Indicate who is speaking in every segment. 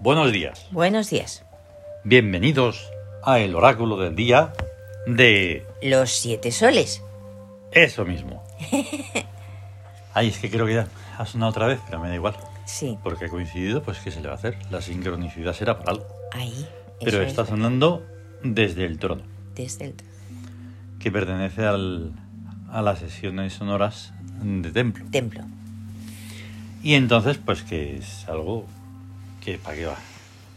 Speaker 1: Buenos días.
Speaker 2: Buenos días.
Speaker 1: Bienvenidos a el oráculo del día de
Speaker 2: Los siete soles.
Speaker 1: eso mismo. Ay, es que creo que ya ha sonado otra vez, pero me da igual.
Speaker 2: Sí,
Speaker 1: Porque ha coincidido, pues ¿qué se le va a hacer? La sincronicidad será para algo.
Speaker 2: ahí.
Speaker 1: Pero
Speaker 2: eso es,
Speaker 1: está sonando desde el trono,
Speaker 2: Desde el...
Speaker 1: que pertenece al- a las sesiones sonoras de templo.
Speaker 2: templo.
Speaker 1: Y entonces, pues que es algo que para qué va.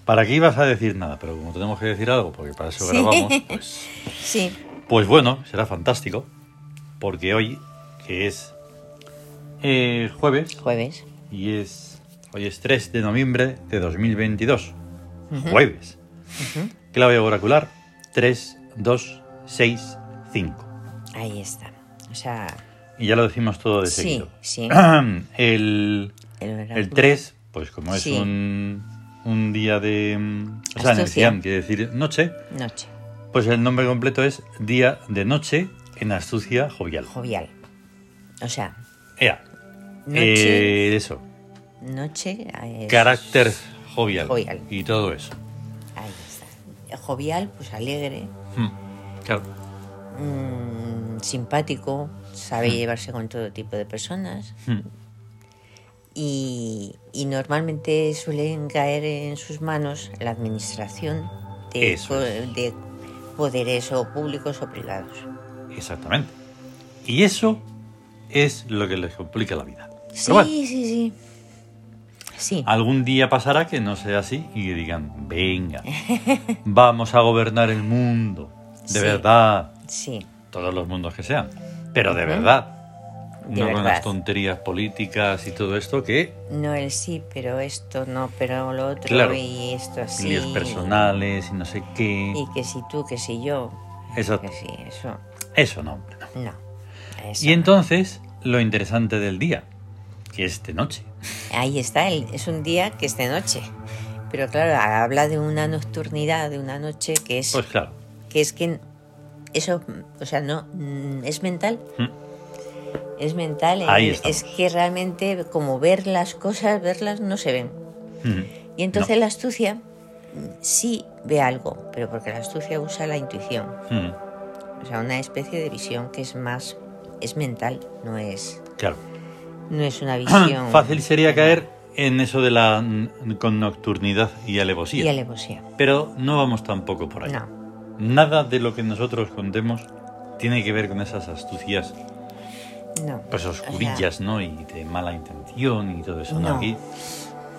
Speaker 1: Para qué ibas a decir nada, pero como tenemos que decir algo, porque para eso
Speaker 2: Sí.
Speaker 1: grabamos, pues,
Speaker 2: Sí,
Speaker 1: pues bueno, será fantástico. Porque hoy, que es eh, jueves,
Speaker 2: jueves.
Speaker 1: y es hoy es 3 de noviembre de 2022, jueves, clave oracular 3265.
Speaker 2: Ahí está. O sea,
Speaker 1: Y ya lo decimos todo de
Speaker 2: Sí,
Speaker 1: seguido.
Speaker 2: sí.
Speaker 1: El
Speaker 2: el,
Speaker 1: El
Speaker 2: oráculo.
Speaker 1: 3, pues como es
Speaker 2: Sí.
Speaker 1: un, un día de... mm, O sea, en el
Speaker 2: Astucia.
Speaker 1: Siam quiere decir noche,
Speaker 2: Noche.
Speaker 1: pues el nombre completo es Día de Noche en Astucia Jovial.
Speaker 2: Jovial. O sea,
Speaker 1: Ea.
Speaker 2: noche.
Speaker 1: eh, eso.
Speaker 2: Noche. eh,
Speaker 1: Carácter jovial.
Speaker 2: Jovial.
Speaker 1: Y todo eso.
Speaker 2: Ahí está. Jovial, pues alegre,
Speaker 1: Mm, Claro.
Speaker 2: mm, simpático, sabe
Speaker 1: Hmm.
Speaker 2: llevarse con todo tipo de personas.
Speaker 1: Mm,
Speaker 2: y, y normalmente suelen caer en sus manos la administración de,
Speaker 1: Eso
Speaker 2: co-
Speaker 1: es.
Speaker 2: de poderes o públicos o privados.
Speaker 1: Exactamente. Y eso es lo que les complica la vida. Pero
Speaker 2: Sí,
Speaker 1: bueno, Ah.
Speaker 2: sí, sí. Sí,
Speaker 1: algún día pasará que no sea así y digan, venga, vamos a gobernar el mundo. De
Speaker 2: Sí.
Speaker 1: verdad.
Speaker 2: sí,
Speaker 1: todos los mundos que sean, pero de
Speaker 2: Ujú.
Speaker 1: verdad.
Speaker 2: De
Speaker 1: no con las
Speaker 2: verdad.
Speaker 1: tonterías políticas y todo esto que
Speaker 2: No el sí, pero esto no, pero lo otro
Speaker 1: Claro.
Speaker 2: y esto así.
Speaker 1: líos personales y no sé qué.
Speaker 2: Y que si tú, que si yo.
Speaker 1: Eso,
Speaker 2: Que si eso.
Speaker 1: eso no, hombre, no.
Speaker 2: No. Eso
Speaker 1: Y
Speaker 2: no.
Speaker 1: entonces, lo interesante del día, que es de noche.
Speaker 2: Ahí está, el- es un día que es de noche. Pero claro, habla de una nocturnidad, de una noche que es
Speaker 1: Pues claro,
Speaker 2: que es que eso, o sea, no, mm, es mental.
Speaker 1: Mm.
Speaker 2: Es mental, eh,
Speaker 1: Ahí
Speaker 2: es
Speaker 1: estamos.
Speaker 2: que realmente como ver las cosas, verlas no se ven.
Speaker 1: Ujú.
Speaker 2: Y entonces la astucia mm, sí ve algo, pero porque la astucia usa la intuición,
Speaker 1: Ujú.
Speaker 2: o sea, una especie de visión que es más, es mental, no es,
Speaker 1: claro.
Speaker 2: no es una visión.
Speaker 1: Fácil sería caer en eso de la mm, con nocturnidad y alevosía.
Speaker 2: Y alevosía.
Speaker 1: Pero no vamos tampoco por ahí.
Speaker 2: No,
Speaker 1: Nada de lo que nosotros contemos tiene que ver con esas astucias
Speaker 2: no.
Speaker 1: pues
Speaker 2: O sea,
Speaker 1: oscurillas, ¿no? Y de mala intención y todo eso, ¿no?
Speaker 2: No.
Speaker 1: Aquí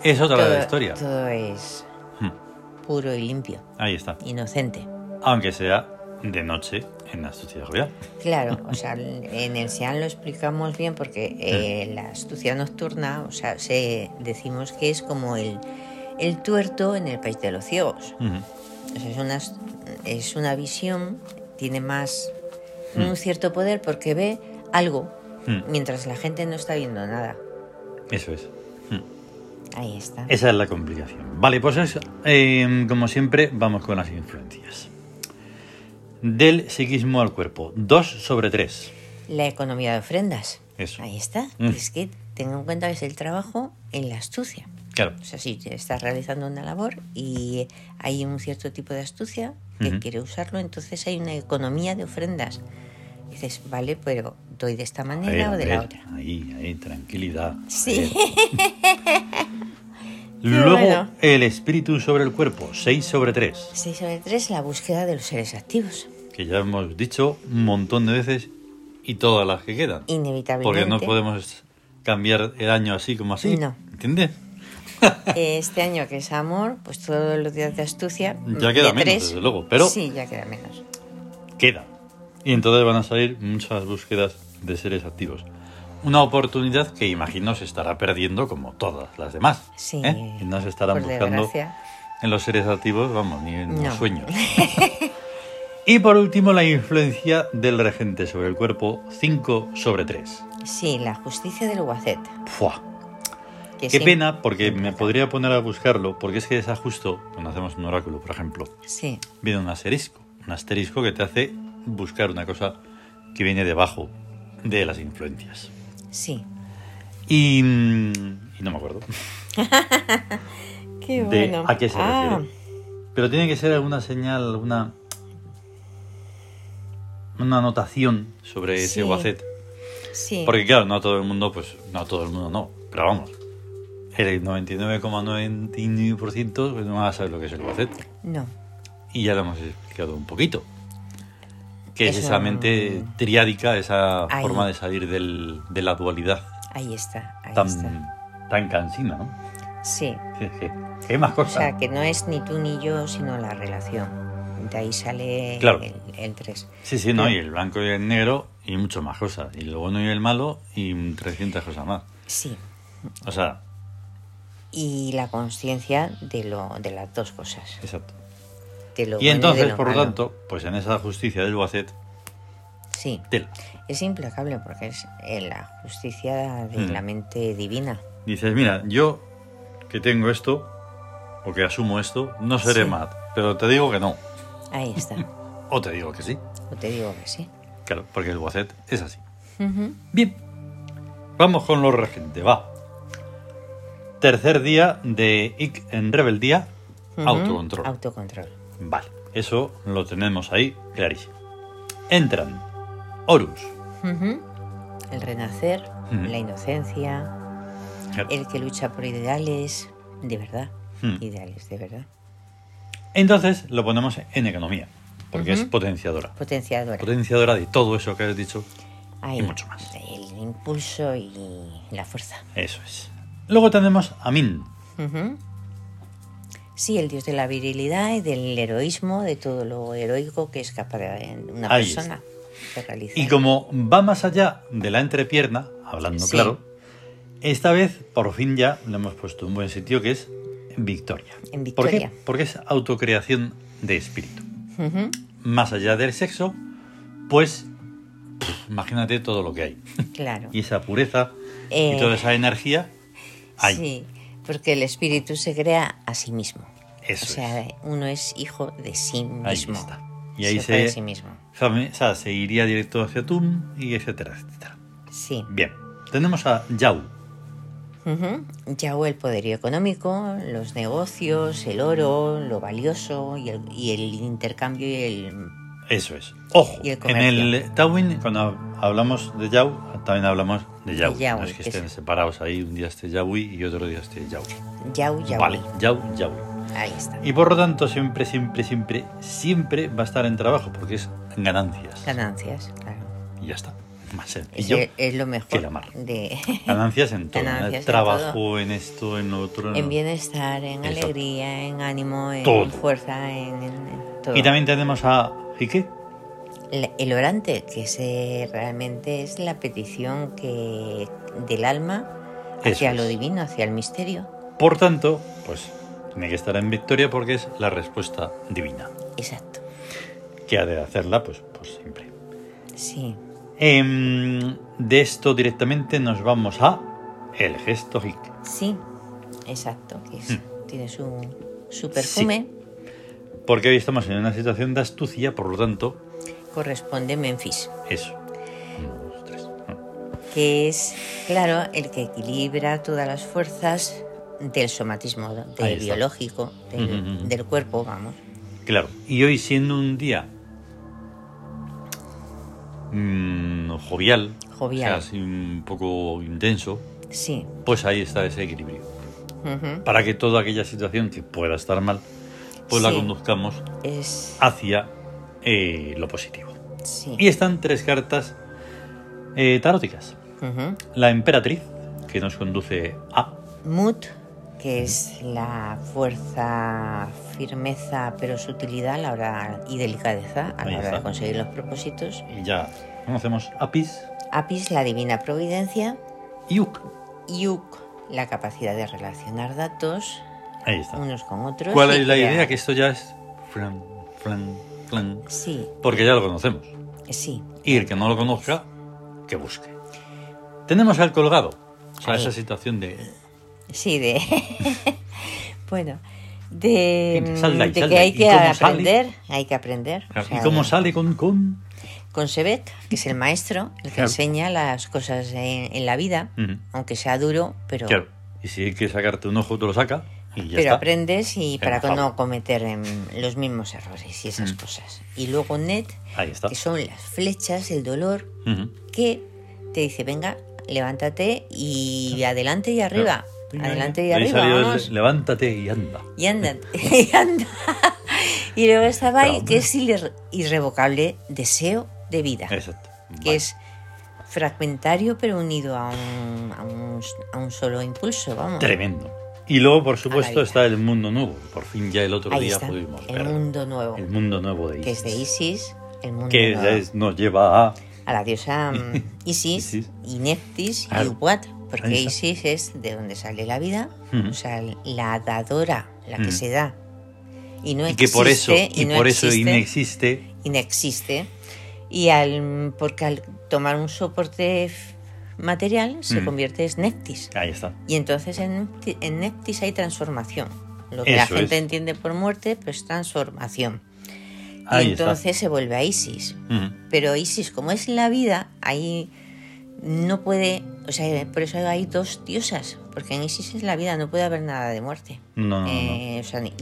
Speaker 1: es otra
Speaker 2: todo-
Speaker 1: la historia.
Speaker 2: Todo es
Speaker 1: Hmm,
Speaker 2: puro y limpio,
Speaker 1: Ahí está.
Speaker 2: inocente.
Speaker 1: Aunque sea de noche en la sociedad jovial.
Speaker 2: Claro, o sea, en el SEAN lo explicamos bien porque eh,
Speaker 1: Hmm.
Speaker 2: la astucia nocturna, o sea, se, decimos que es como el, el tuerto en el país de los ciegos.
Speaker 1: Ujú,
Speaker 2: O sea, es, una, as- es una visión, tiene más
Speaker 1: Hmm.
Speaker 2: un cierto poder porque ve algo
Speaker 1: Mm.
Speaker 2: mientras la gente no está viendo nada.
Speaker 1: Eso es. Ujú.
Speaker 2: Ahí está.
Speaker 1: Esa es la complicación. Vale, pues eso, eh, como siempre, vamos con las influencias. Del psiquismo al cuerpo. 2 sobre 3.
Speaker 2: La economía de ofrendas.
Speaker 1: Eso.
Speaker 2: Ahí está.
Speaker 1: Mm.
Speaker 2: Es que tenga en cuenta que es el trabajo en la astucia.
Speaker 1: Claro.
Speaker 2: O sea, si estás realizando una labor y hay un cierto tipo de astucia que
Speaker 1: Ujú.
Speaker 2: quiere usarlo, entonces hay una economía de ofrendas. Dices, vale, pero doy de esta
Speaker 1: A ver,
Speaker 2: manera o de
Speaker 1: a
Speaker 2: la
Speaker 1: ver,
Speaker 2: otra.
Speaker 1: Ahí, ahí, tranquilidad. a
Speaker 2: Sí.
Speaker 1: ver. Luego,
Speaker 2: bueno.
Speaker 1: el espíritu sobre el cuerpo. 6 sobre 3.
Speaker 2: 6 sobre 3, la búsqueda de los seres activos.
Speaker 1: que ya hemos dicho un montón de veces y todas las que quedan.
Speaker 2: Inevitablemente.
Speaker 1: Porque no podemos cambiar el año así como así.
Speaker 2: No.
Speaker 1: ¿Entiendes?
Speaker 2: Eh, Este año que es amor, pues todos los días de astucia.
Speaker 1: Ya queda
Speaker 2: de
Speaker 1: menos,
Speaker 2: tres.
Speaker 1: desde luego, pero-
Speaker 2: Sí, ya queda menos.
Speaker 1: Queda. Y entonces van a salir muchas búsquedas de seres activos. Una oportunidad que imagino se estará perdiendo como todas las demás.
Speaker 2: Sí,
Speaker 1: ¿eh? Y no se estarán
Speaker 2: por
Speaker 1: buscando
Speaker 2: desgracia.
Speaker 1: en los seres activos, vamos, ni en los
Speaker 2: No.
Speaker 1: sueños. y por último, la influencia del regente sobre el cuerpo, 5 sobre 3.
Speaker 2: Sí, la justicia del Guacet.
Speaker 1: ¡Fua!
Speaker 2: que
Speaker 1: Qué
Speaker 2: sí.
Speaker 1: pena, porque me podría poner a buscarlo, porque es que es justo cuando hacemos un oráculo, por ejemplo,
Speaker 2: Sí,
Speaker 1: viene un asterisco. Un asterisco que te hace buscar una cosa que viene debajo de las influencias.
Speaker 2: sí.
Speaker 1: Y, mm, y no me acuerdo.
Speaker 2: Qué
Speaker 1: de
Speaker 2: bueno.
Speaker 1: a qué se
Speaker 2: Ah.
Speaker 1: refiere. Pero tiene que ser alguna señal, alguna una anotación sobre
Speaker 2: Sí.
Speaker 1: ese guacet.
Speaker 2: Sí.
Speaker 1: Porque claro, no a todo el mundo, pues no a todo el mundo no, pero vamos. El 99,99% pues, no va a saber lo que es el guacet.
Speaker 2: No.
Speaker 1: Y ya lo hemos explicado un poquito. Que es
Speaker 2: Eso-
Speaker 1: esa mente triádica, esa
Speaker 2: Ahí.
Speaker 1: forma de salir del- de la dualidad
Speaker 2: Ahí está. Ahí está.
Speaker 1: tan, tan cansina, ¿no?
Speaker 2: Sí.
Speaker 1: Sí, sí. Que hay más
Speaker 2: O
Speaker 1: cosas.
Speaker 2: sea, que no es ni tú ni yo, sino la relación. De ahí sale
Speaker 1: Claro.
Speaker 2: el 3.
Speaker 1: Sí, sí, no,
Speaker 2: Pero-
Speaker 1: y el blanco y el negro y mucho más cosas. Y el bueno y el malo y 300 cosas más.
Speaker 2: Sí.
Speaker 1: O sea,
Speaker 2: Y la conciencia de, lo, de las dos cosas.
Speaker 1: exacto.
Speaker 2: de lo
Speaker 1: Y
Speaker 2: bueno de
Speaker 1: entonces,
Speaker 2: lo
Speaker 1: por lo
Speaker 2: malo.
Speaker 1: tanto, pues en esa justicia del Guacet,
Speaker 2: Sí,
Speaker 1: tela.
Speaker 2: es implacable porque es eh, la justicia de
Speaker 1: Mm.
Speaker 2: la mente divina.
Speaker 1: Dices, mira, yo que tengo esto, o que asumo esto, no seré
Speaker 2: Sí.
Speaker 1: más. Pero te digo que no.
Speaker 2: Ahí está.
Speaker 1: O te digo que sí.
Speaker 2: o te digo que sí.
Speaker 1: Claro, porque el Guacet es así.
Speaker 2: Ujú.
Speaker 1: Bien. Vamos con los regentes, va. Tercer día de Ic en rebeldía,
Speaker 2: Ujú.
Speaker 1: autocontrol.
Speaker 2: Autocontrol.
Speaker 1: Vale, eso lo tenemos ahí clarísimo. Entran Horus,
Speaker 2: Ujú. El renacer,
Speaker 1: Mm.
Speaker 2: la inocencia, el que lucha por ideales, de verdad.
Speaker 1: Mm.
Speaker 2: Ideales, de verdad.
Speaker 1: Entonces lo ponemos en economía, porque es
Speaker 2: Ujú.
Speaker 1: potenciadora.
Speaker 2: Potenciadora.
Speaker 1: Potenciadora de todo eso que has dicho.
Speaker 2: Ahí,
Speaker 1: y mucho más.
Speaker 2: El impulso y la fuerza.
Speaker 1: Eso es. Luego tenemos a Min.
Speaker 2: Ujú. Sí, el dios de la virilidad y del heroísmo, de todo lo heroico que es capaz de una
Speaker 1: Ahí
Speaker 2: persona de realizar.
Speaker 1: Y como va más allá de la entrepierna, hablando
Speaker 2: Sí.
Speaker 1: claro, esta vez por fin ya le hemos puesto un buen sitio que es Victoria.
Speaker 2: En
Speaker 1: ¿Por qué?
Speaker 2: Victoria.
Speaker 1: Porque es autocreación de espíritu.
Speaker 2: Ujú.
Speaker 1: Más allá del sexo, pues pff, imagínate todo lo que hay.
Speaker 2: Claro.
Speaker 1: y esa pureza
Speaker 2: Eh,
Speaker 1: y toda esa energía ahí.
Speaker 2: Sí, porque el espíritu se crea a sí mismo.
Speaker 1: Eso
Speaker 2: o sea, uno es hijo de sí
Speaker 1: ahí
Speaker 2: mismo.
Speaker 1: está. Y ahí
Speaker 2: fue de
Speaker 1: se,
Speaker 2: sí mismo.
Speaker 1: fam- o sea, se iría directo hacia Tum y etcétera, etcétera.
Speaker 2: Sí.
Speaker 1: Bien, tenemos a Yau.
Speaker 2: Ujú. Ya o el poderío económico, los negocios, el oro, lo valioso y el, y el intercambio y el...
Speaker 1: Eso es. Ojo,
Speaker 2: Y el
Speaker 1: en el Tawin, cuando hablamos de Yau, también hablamos de Yau.
Speaker 2: Yau,
Speaker 1: no es que
Speaker 2: que
Speaker 1: estén
Speaker 2: es-
Speaker 1: separados ahí, un día este Yaui y otro día este Yau.
Speaker 2: Yao, Yao.
Speaker 1: Vale, Yau, Yaui.
Speaker 2: Ahí está.
Speaker 1: Y por lo tanto, siempre, siempre, siempre, siempre va a estar en trabajo porque es ganancias.
Speaker 2: Ganancias, claro.
Speaker 1: Y ya está. Más
Speaker 2: Es,
Speaker 1: sencillo.
Speaker 2: es lo mejor
Speaker 1: que la mar.
Speaker 2: de
Speaker 1: Ganancias en todo. ¿no?
Speaker 2: Ganancias en
Speaker 1: Trabajo,
Speaker 2: todo.
Speaker 1: en esto, en lo otro. en
Speaker 2: en
Speaker 1: lo-
Speaker 2: bienestar, en
Speaker 1: Exacto.
Speaker 2: alegría, en ánimo, en
Speaker 1: Todo.
Speaker 2: fuerza, en, en- en todo.
Speaker 1: Y también tenemos a Jique.
Speaker 2: el, el orante, que se, realmente es la petición que del alma hacia
Speaker 1: Eso es.
Speaker 2: lo divino, hacia el misterio.
Speaker 1: Por tanto, pues tiene que estar en victoria porque es la respuesta divina.
Speaker 2: Exacto.
Speaker 1: Que ha de hacerla, pues, por siempre.
Speaker 2: Sí.
Speaker 1: Em, de esto directamente nos vamos a el gesto Jique.
Speaker 2: Sí. Exacto. Que es-
Speaker 1: Hmm.
Speaker 2: tiene su, su perfume.
Speaker 1: Porque hoy estamos en una situación de astucia, por lo tanto,
Speaker 2: Corresponde Memphis.
Speaker 1: eso. Uno, dos, tres. ¿no?
Speaker 2: que es, claro, el que equilibra todas las fuerzas del somatismo, del
Speaker 1: Ahí está.
Speaker 2: biológico, del,
Speaker 1: Ujú, ujú.
Speaker 2: del cuerpo, vamos.
Speaker 1: Claro. Y hoy siendo un día mm, jovial,
Speaker 2: Jovial.
Speaker 1: o sea, así un poco intenso,
Speaker 2: Sí.
Speaker 1: pues ahí está ese equilibrio.
Speaker 2: ujú.
Speaker 1: Para que toda aquella situación que pueda estar mal, pues la
Speaker 2: Sí.
Speaker 1: conduzcamos
Speaker 2: Es.
Speaker 1: hacia eh, lo positivo.
Speaker 2: Sí.
Speaker 1: Y están tres cartas eh, taróticas.
Speaker 2: ujú.
Speaker 1: La emperatriz, que nos conduce a...
Speaker 2: Mut, que es la fuerza, firmeza, pero sutilidad a la hora, y delicadeza a
Speaker 1: Ahí
Speaker 2: la hora
Speaker 1: está.
Speaker 2: de conseguir los propósitos.
Speaker 1: Y ya conocemos Apis
Speaker 2: Apis, la divina providencia.
Speaker 1: y Uc.
Speaker 2: Yuk, la capacidad de relacionar datos
Speaker 1: Ahí está.
Speaker 2: unos con otros.
Speaker 1: ¿Cuál
Speaker 2: y
Speaker 1: es la
Speaker 2: crear-
Speaker 1: idea? Que esto ya es... Flan, flan, flan.
Speaker 2: Sí,
Speaker 1: Porque ya lo conocemos.
Speaker 2: sí.
Speaker 1: Y el que no lo conozca, que busque. Tenemos al colgado. O sea,
Speaker 2: Ahí.
Speaker 1: esa situación de...
Speaker 2: Sí, de. bueno, de, mm,
Speaker 1: Venga, sal de ahí,
Speaker 2: de
Speaker 1: sal de
Speaker 2: que
Speaker 1: ahí.
Speaker 2: hay
Speaker 1: ¿Y
Speaker 2: que
Speaker 1: cómo sale?
Speaker 2: aprender, hay que aprender. O
Speaker 1: ¿Y
Speaker 2: sea,
Speaker 1: cómo sale con...? con...
Speaker 2: Con Sebek, que es el maestro, el que
Speaker 1: Claro.
Speaker 2: enseña las cosas en, en la vida,
Speaker 1: Ujú.
Speaker 2: aunque sea duro, pero
Speaker 1: Claro. Y si hay que sacarte un ojo, te lo saca. Y ya
Speaker 2: Pero
Speaker 1: está.
Speaker 2: aprendes y para
Speaker 1: Enojado.
Speaker 2: no cometer em, los mismos errores y
Speaker 1: Mm.
Speaker 2: esas cosas. Y luego net,
Speaker 1: Ahí está.
Speaker 2: que son las flechas, el dolor,
Speaker 1: Ujú.
Speaker 2: que te dice, venga, levántate y adelante y arriba.
Speaker 1: Venga,
Speaker 2: Adelante y
Speaker 1: venga. Ahí
Speaker 2: arriba,
Speaker 1: salió el-
Speaker 2: vamos.
Speaker 1: Levántate y anda.
Speaker 2: Y anda, y anda. Y luego estaba ahí,
Speaker 1: Pero,
Speaker 2: que es irre- irrevocable deseo de vida.
Speaker 1: Exacto.
Speaker 2: que
Speaker 1: Vale.
Speaker 2: es fragmentario pero unido a un, a un, a un solo impulso, vamos.
Speaker 1: Tremendo. Y luego, por
Speaker 2: A
Speaker 1: supuesto,
Speaker 2: la vida.
Speaker 1: está el mundo nuevo. Por fin ya el otro
Speaker 2: Ahí
Speaker 1: día
Speaker 2: está,
Speaker 1: pudimos
Speaker 2: el
Speaker 1: ver
Speaker 2: mundo nuevo,
Speaker 1: el mundo nuevo de Isis.
Speaker 2: que es de Isis, el mundo
Speaker 1: que
Speaker 2: nuevo,
Speaker 1: es- nos lleva a...
Speaker 2: a la diosa mm, Isis,
Speaker 1: Isis.
Speaker 2: y Neftis y
Speaker 1: Claro.
Speaker 2: Upuat, porque
Speaker 1: Ahí está.
Speaker 2: Isis es de donde sale la vida,
Speaker 1: Ujú.
Speaker 2: o sea, la dadora, la que
Speaker 1: Ujú.
Speaker 2: se da. Y no
Speaker 1: Y que por eso,
Speaker 2: existe,
Speaker 1: y
Speaker 2: no
Speaker 1: por eso
Speaker 2: existe.
Speaker 1: inexiste,
Speaker 2: inexiste y al porque al tomar un soporte f- material se
Speaker 1: Mm.
Speaker 2: convierte en neptis
Speaker 1: ahí está.
Speaker 2: y entonces en, nepti- en neptis hay transformación lo que la
Speaker 1: Eso
Speaker 2: gente
Speaker 1: es.
Speaker 2: entiende por muerte pues transformación
Speaker 1: Ahí
Speaker 2: y entonces se vuelve a Isis
Speaker 1: está. Ujú.
Speaker 2: pero Isis como es la vida ahí no puede o sea por eso hay dos diosas porque en Isis es la vida no puede haber nada de muerte
Speaker 1: No, no, no.
Speaker 2: Eh, o sea, ni-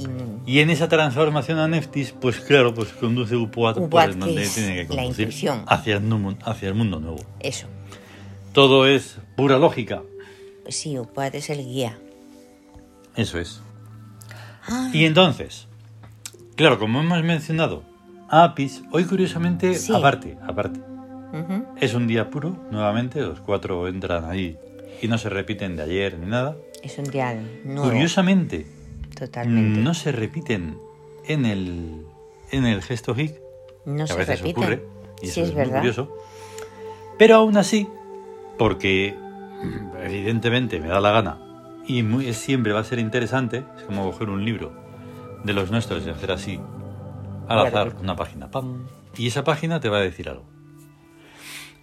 Speaker 2: y-
Speaker 1: Y en esa transformación a Neftis, pues claro, pues conduce Upuat por
Speaker 2: Upuat,
Speaker 1: el
Speaker 2: que
Speaker 1: donde
Speaker 2: es
Speaker 1: tiene que
Speaker 2: la
Speaker 1: conducir
Speaker 2: intuición.
Speaker 1: hacia el, nu- hacia el mundo nuevo.
Speaker 2: eso
Speaker 1: Todo es pura lógica.
Speaker 2: sí Upuat es el guía
Speaker 1: Eso es.
Speaker 2: Ah.
Speaker 1: Y entonces, claro, como hemos mencionado, Apis, hoy curiosamente,
Speaker 2: Sí.
Speaker 1: aparte, aparte,
Speaker 2: Ujú.
Speaker 1: es un día puro, nuevamente, los cuatro entran ahí y no se repiten de ayer ni nada.
Speaker 2: Es un día nuevo.
Speaker 1: Curiosamente,
Speaker 2: Totalmente.
Speaker 1: no se repiten en el, en el gesto hic,
Speaker 2: No,
Speaker 1: que
Speaker 2: se
Speaker 1: a veces
Speaker 2: repite.
Speaker 1: ocurre, y eso
Speaker 2: sí,
Speaker 1: es,
Speaker 2: es
Speaker 1: muy
Speaker 2: verdad.
Speaker 1: curioso. Pero aún así, porque mm, evidentemente me da la gana y muy- es- siempre va a ser interesante, es como coger un libro de los nuestros y hacer así, al
Speaker 2: Claro.
Speaker 1: azar, una página, pam, y esa página te va a decir algo.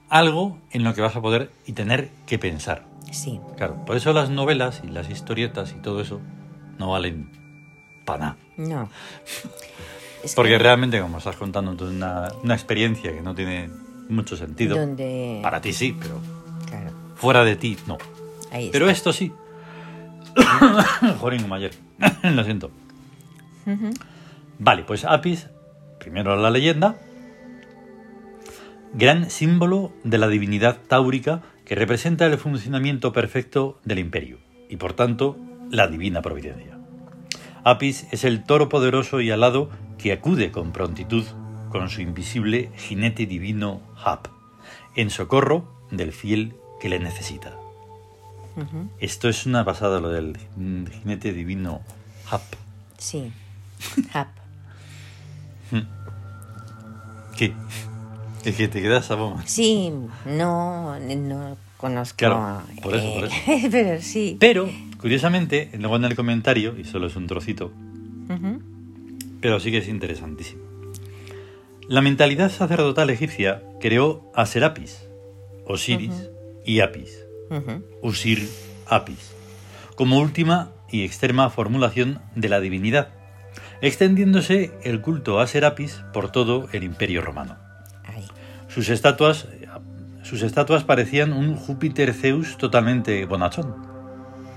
Speaker 1: Algo en lo que vas a poder y tener que pensar.
Speaker 2: Sí,
Speaker 1: Claro, por eso las novelas y las historietas y todo eso no valen para nada.
Speaker 2: no. Es
Speaker 1: Porque
Speaker 2: que
Speaker 1: realmente, como estás contando tú una, una experiencia que no tiene mucho sentido,
Speaker 2: Donde...
Speaker 1: para ti sí, pero
Speaker 2: Claro,
Speaker 1: fuera de ti no.
Speaker 2: ahí
Speaker 1: Pero
Speaker 2: está.
Speaker 1: esto sí. Jorín como ayer. Lo siento.
Speaker 2: Ujú.
Speaker 1: Vale, pues Apis, primero la leyenda, gran símbolo de la divinidad táurica que representa el funcionamiento perfecto del imperio y por tanto la divina providencia. Apis es el toro poderoso y alado que acude con prontitud con su invisible jinete divino Hap en socorro del fiel que le necesita.
Speaker 2: Ujú.
Speaker 1: Esto es una pasada lo del mm, jinete divino Hap,
Speaker 2: Sí. Hap.
Speaker 1: que es que te quedas a bomba.
Speaker 2: Sí, no, no conozco...
Speaker 1: Claro, por eso, por
Speaker 2: pero sí.
Speaker 1: Pero, curiosamente, luego en el comentario, y solo es un trocito,
Speaker 2: Ujú.
Speaker 1: pero sí que es interesantísimo. La mentalidad sacerdotal egipcia creó a Serapis, Osiris y Apis,
Speaker 2: Ujú.
Speaker 1: Usir Apis, como última y extrema formulación de la divinidad, extendiéndose el culto a Serapis por todo el imperio romano.
Speaker 2: Ahí.
Speaker 1: Sus estatuas, sus estatuas parecían un Júpiter Zeus totalmente bonachón.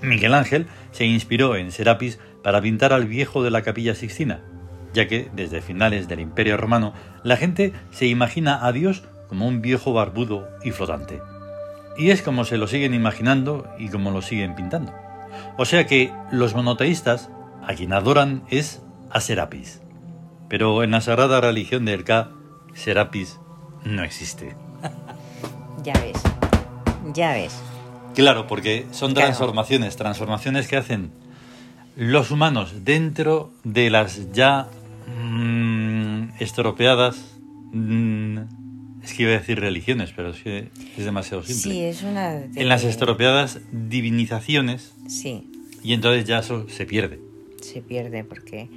Speaker 1: Miguel Ángel se inspiró en Serapis para pintar al viejo de la capilla Sixtina, ya que desde finales del Imperio Romano la gente se imagina a Dios como un viejo barbudo y flotante. Y es como se lo siguen imaginando y como lo siguen pintando. O sea que los monoteístas a quien adoran es a Serapis. Pero en la sagrada religión del Ka, Serapis no existe.
Speaker 2: Ya ves. Ya ves.
Speaker 1: Claro, porque son
Speaker 2: Claro.
Speaker 1: transformaciones, transformaciones que hacen los humanos dentro de las ya mm, estropeadas. mm, es que iba a decir religiones, pero es que es demasiado simple.
Speaker 2: Sí, es una... de-
Speaker 1: en las estropeadas divinizaciones,
Speaker 2: Sí,
Speaker 1: y entonces ya eso se pierde.
Speaker 2: se pierde porque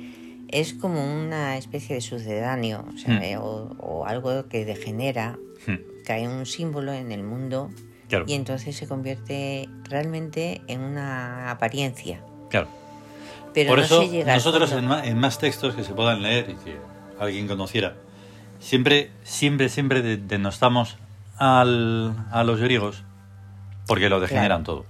Speaker 2: es como una especie de sucedáneo o, sea,
Speaker 1: Mm.
Speaker 2: eh, o- o algo que degenera,
Speaker 1: Hmm,
Speaker 2: cae un símbolo en el mundo
Speaker 1: Claro,
Speaker 2: y entonces se convierte realmente en una apariencia.
Speaker 1: claro.
Speaker 2: Pero
Speaker 1: Por
Speaker 2: no
Speaker 1: eso,
Speaker 2: se llega al
Speaker 1: nosotros en
Speaker 2: fondo.
Speaker 1: ma- en más, textos que se puedan leer y que alguien conociera, siempre, siempre, siempre de- denostamos al, a los griegos porque lo degeneran todo.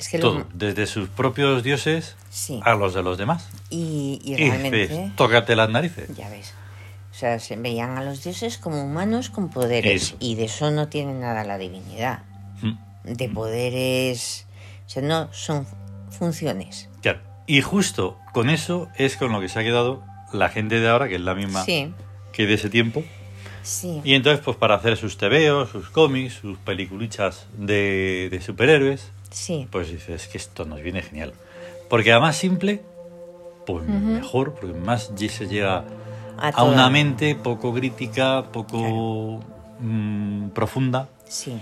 Speaker 2: Es que lo-
Speaker 1: Todo, desde sus propios dioses
Speaker 2: Sí.
Speaker 1: a los de los demás.
Speaker 2: Y, y
Speaker 1: Y
Speaker 2: realmente, ¿eh?
Speaker 1: dices, tócate las narices.
Speaker 2: ya ves. O sea, se veían a los dioses como humanos con poderes.
Speaker 1: Eso.
Speaker 2: Y de eso no tiene nada la divinidad.
Speaker 1: Mm,
Speaker 2: De poderes. O sea, no son funciones.
Speaker 1: Claro. Y justo con eso es con lo que se ha quedado la gente de ahora, que es la misma
Speaker 2: Sí,
Speaker 1: que de ese tiempo.
Speaker 2: sí.
Speaker 1: Y entonces, pues para hacer sus tebeos, sus cómics, sus peliculichas de, de superhéroes,
Speaker 2: Sí,
Speaker 1: pues dices que esto nos viene genial. Porque a más simple, pues mejor, porque más ye- se llega
Speaker 2: A
Speaker 1: a,
Speaker 2: todo.
Speaker 1: una mente poco crítica, poco mm, profunda,
Speaker 2: sí.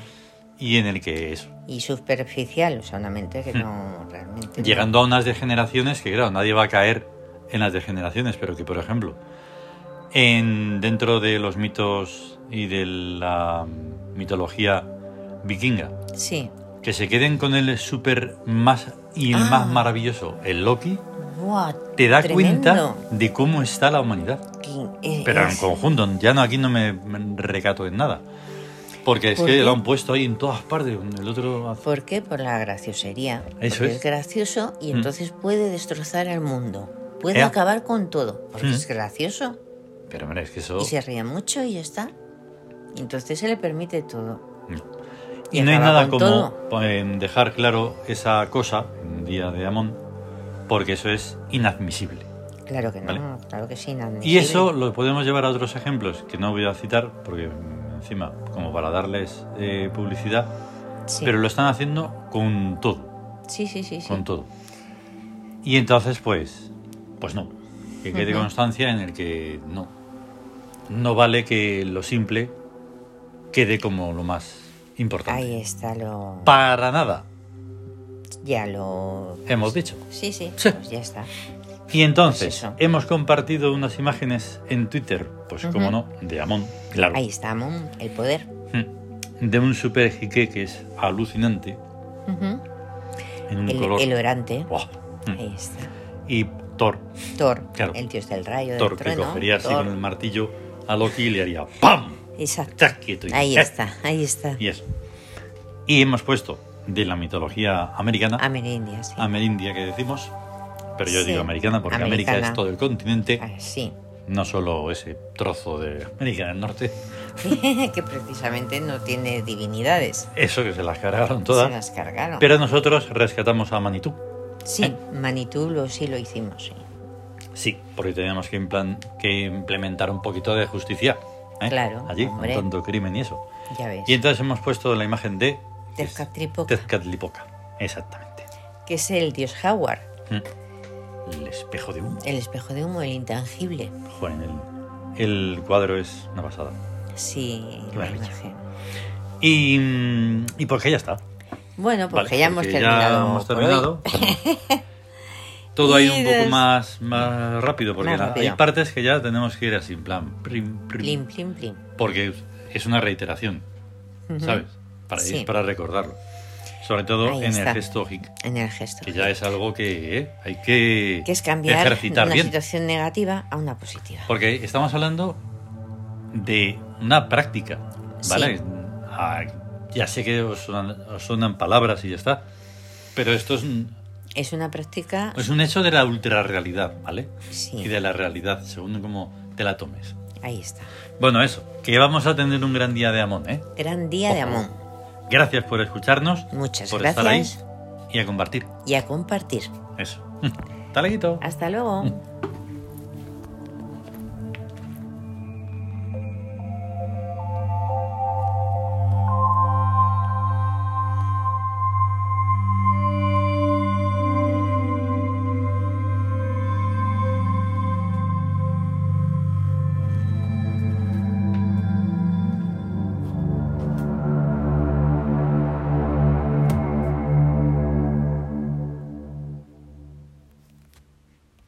Speaker 1: y en el que es
Speaker 2: Y superficial, o sea, una mente que no realmente. no-
Speaker 1: Mm. llegando a unas degeneraciones que, claro, nadie va a caer en las degeneraciones, pero que, por ejemplo, en, dentro de los mitos y de la mitología vikinga,
Speaker 2: Sí.
Speaker 1: que se queden con el super más y el
Speaker 2: Ah.
Speaker 1: más maravilloso, el Loki,
Speaker 2: Buah,
Speaker 1: te da
Speaker 2: tremendo.
Speaker 1: cuenta de cómo está la humanidad.
Speaker 2: Que- eh,
Speaker 1: Pero en
Speaker 2: es-
Speaker 1: conjunto, ya no aquí no me me recato en nada. Porque es
Speaker 2: ¿Por
Speaker 1: que
Speaker 2: qué?
Speaker 1: lo han puesto ahí en todas partes. El otro hace-
Speaker 2: ¿Por qué? Por la graciosería.
Speaker 1: Eso
Speaker 2: Porque
Speaker 1: es. Mm.
Speaker 2: es gracioso y entonces puede destrozar al mundo. Puede
Speaker 1: Ea.
Speaker 2: acabar con todo, porque
Speaker 1: Mm.
Speaker 2: es gracioso.
Speaker 1: Pero hombre, es que eso.
Speaker 2: Y se ríe mucho y ya está. Y Entonces se le permite todo.
Speaker 1: Y no hay
Speaker 2: acaba
Speaker 1: nada
Speaker 2: con
Speaker 1: como
Speaker 2: todo.
Speaker 1: em, dejar claro esa cosa en Día de Amón, porque eso es inadmisible.
Speaker 2: Claro que no,
Speaker 1: Vale.
Speaker 2: claro que sí.
Speaker 1: Y
Speaker 2: inadmisible.
Speaker 1: eso lo podemos llevar a otros ejemplos que no voy a citar, porque mm, encima, como para darles eh, publicidad,
Speaker 2: Sí.
Speaker 1: pero lo están haciendo con todo,
Speaker 2: sí, sí, sí. sí.
Speaker 1: con todo. Y entonces, pues, pues no, que quede
Speaker 2: Ujú.
Speaker 1: constancia en el que no, no vale que lo simple quede como lo más importante.
Speaker 2: Ahí está lo.
Speaker 1: Para nada,
Speaker 2: Ya lo.
Speaker 1: hemos dicho.
Speaker 2: Sí, sí,
Speaker 1: Sí.
Speaker 2: Pues ya está.
Speaker 1: Y entonces,
Speaker 2: Pues eso.
Speaker 1: hemos compartido unas imágenes en Twitter, pues como no, de Amón, claro,
Speaker 2: Ahí está, Amon, el poder.
Speaker 1: de un super jique que es alucinante,
Speaker 2: Ujú.
Speaker 1: en un
Speaker 2: el,
Speaker 1: color...
Speaker 2: el orante.
Speaker 1: ¡Buah!
Speaker 2: Ahí está.
Speaker 1: Y Thor,
Speaker 2: Thor,
Speaker 1: Claro.
Speaker 2: el dios del rayo.
Speaker 1: Thor
Speaker 2: del
Speaker 1: que
Speaker 2: trueno.
Speaker 1: cogería así
Speaker 2: Thor.
Speaker 1: con el martillo a Loki y le haría ¡pam!
Speaker 2: Exacto.
Speaker 1: ¡Tac! Quieto y-
Speaker 2: Ahí
Speaker 1: ¡eh!
Speaker 2: está, ahí está.
Speaker 1: Y eso. Y hemos puesto de la mitología americana,
Speaker 2: Amerindia, sí.
Speaker 1: amerindia que decimos, pero yo
Speaker 2: Sí.
Speaker 1: digo americana porque América
Speaker 2: Americana.
Speaker 1: es todo el continente,
Speaker 2: Ah, sí.
Speaker 1: no solo ese trozo de América del Norte.
Speaker 2: que precisamente no tiene divinidades.
Speaker 1: Eso que se las cargaron
Speaker 2: Se
Speaker 1: todas.
Speaker 2: las cargaron.
Speaker 1: Pero nosotros rescatamos a Manitou. Eh.
Speaker 2: Sí, Manitou lo, sí lo hicimos, sí.
Speaker 1: Sí, porque teníamos que, implan- que implementar un poquito de justicia. ¿eh?
Speaker 2: Claro,
Speaker 1: Allí, con
Speaker 2: hombre.
Speaker 1: tanto crimen y eso.
Speaker 2: Ya ves.
Speaker 1: Y entonces hemos puesto la imagen de...
Speaker 2: Tezcatlipoca.
Speaker 1: Tezcatlipoca, exactamente.
Speaker 2: Que es el dios Howard,
Speaker 1: Mm. El espejo de humo.
Speaker 2: el espejo de humo, el intangible.
Speaker 1: Joder, el, el cuadro es una pasada.
Speaker 2: Sí,
Speaker 1: Qué
Speaker 2: la
Speaker 1: maravilla.
Speaker 2: imagen.
Speaker 1: Y, mm, y porque ya está.
Speaker 2: Bueno, porque
Speaker 1: Vale,
Speaker 2: ya hemos
Speaker 1: porque
Speaker 2: terminado.
Speaker 1: hemos
Speaker 2: por hoy.
Speaker 1: terminado. Todo ahí
Speaker 2: Y
Speaker 1: un
Speaker 2: des-
Speaker 1: poco más, más rápido, porque
Speaker 2: Más
Speaker 1: la- hay
Speaker 2: rápido.
Speaker 1: partes que ya tenemos que ir así, en plan, prim, prim,
Speaker 2: Plim, plim, plim.
Speaker 1: porque es una reiteración,
Speaker 2: Ujú.
Speaker 1: ¿sabes? Para,
Speaker 2: Sí.
Speaker 1: es para recordarlo. Sobre todo
Speaker 2: Ahí
Speaker 1: en
Speaker 2: está.
Speaker 1: el gesto hic,
Speaker 2: En el gesto.
Speaker 1: que ya es algo que eh, hay que,
Speaker 2: Que es cambiar de
Speaker 1: ejercitar
Speaker 2: una
Speaker 1: bien.
Speaker 2: situación negativa a una positiva.
Speaker 1: Porque estamos hablando de una práctica, ¿vale?
Speaker 2: Sí.
Speaker 1: Ah, ya sé que os suenan, os suenan palabras y ya está, pero esto es un,
Speaker 2: Es una práctica.
Speaker 1: es un hecho de la ultrarrealidad, ¿vale?
Speaker 2: sí,
Speaker 1: Y de la realidad, según como te la tomes.
Speaker 2: ahí está.
Speaker 1: Bueno, eso, que vamos a tener un gran día de Amón, ¿eh?
Speaker 2: Gran día de
Speaker 1: Ojo.
Speaker 2: Amón.
Speaker 1: Gracias por escucharnos.
Speaker 2: Muchas
Speaker 1: por
Speaker 2: gracias.
Speaker 1: estar ahí y a compartir.
Speaker 2: Y a compartir.
Speaker 1: Eso. Hasta luego.
Speaker 2: Hasta luego.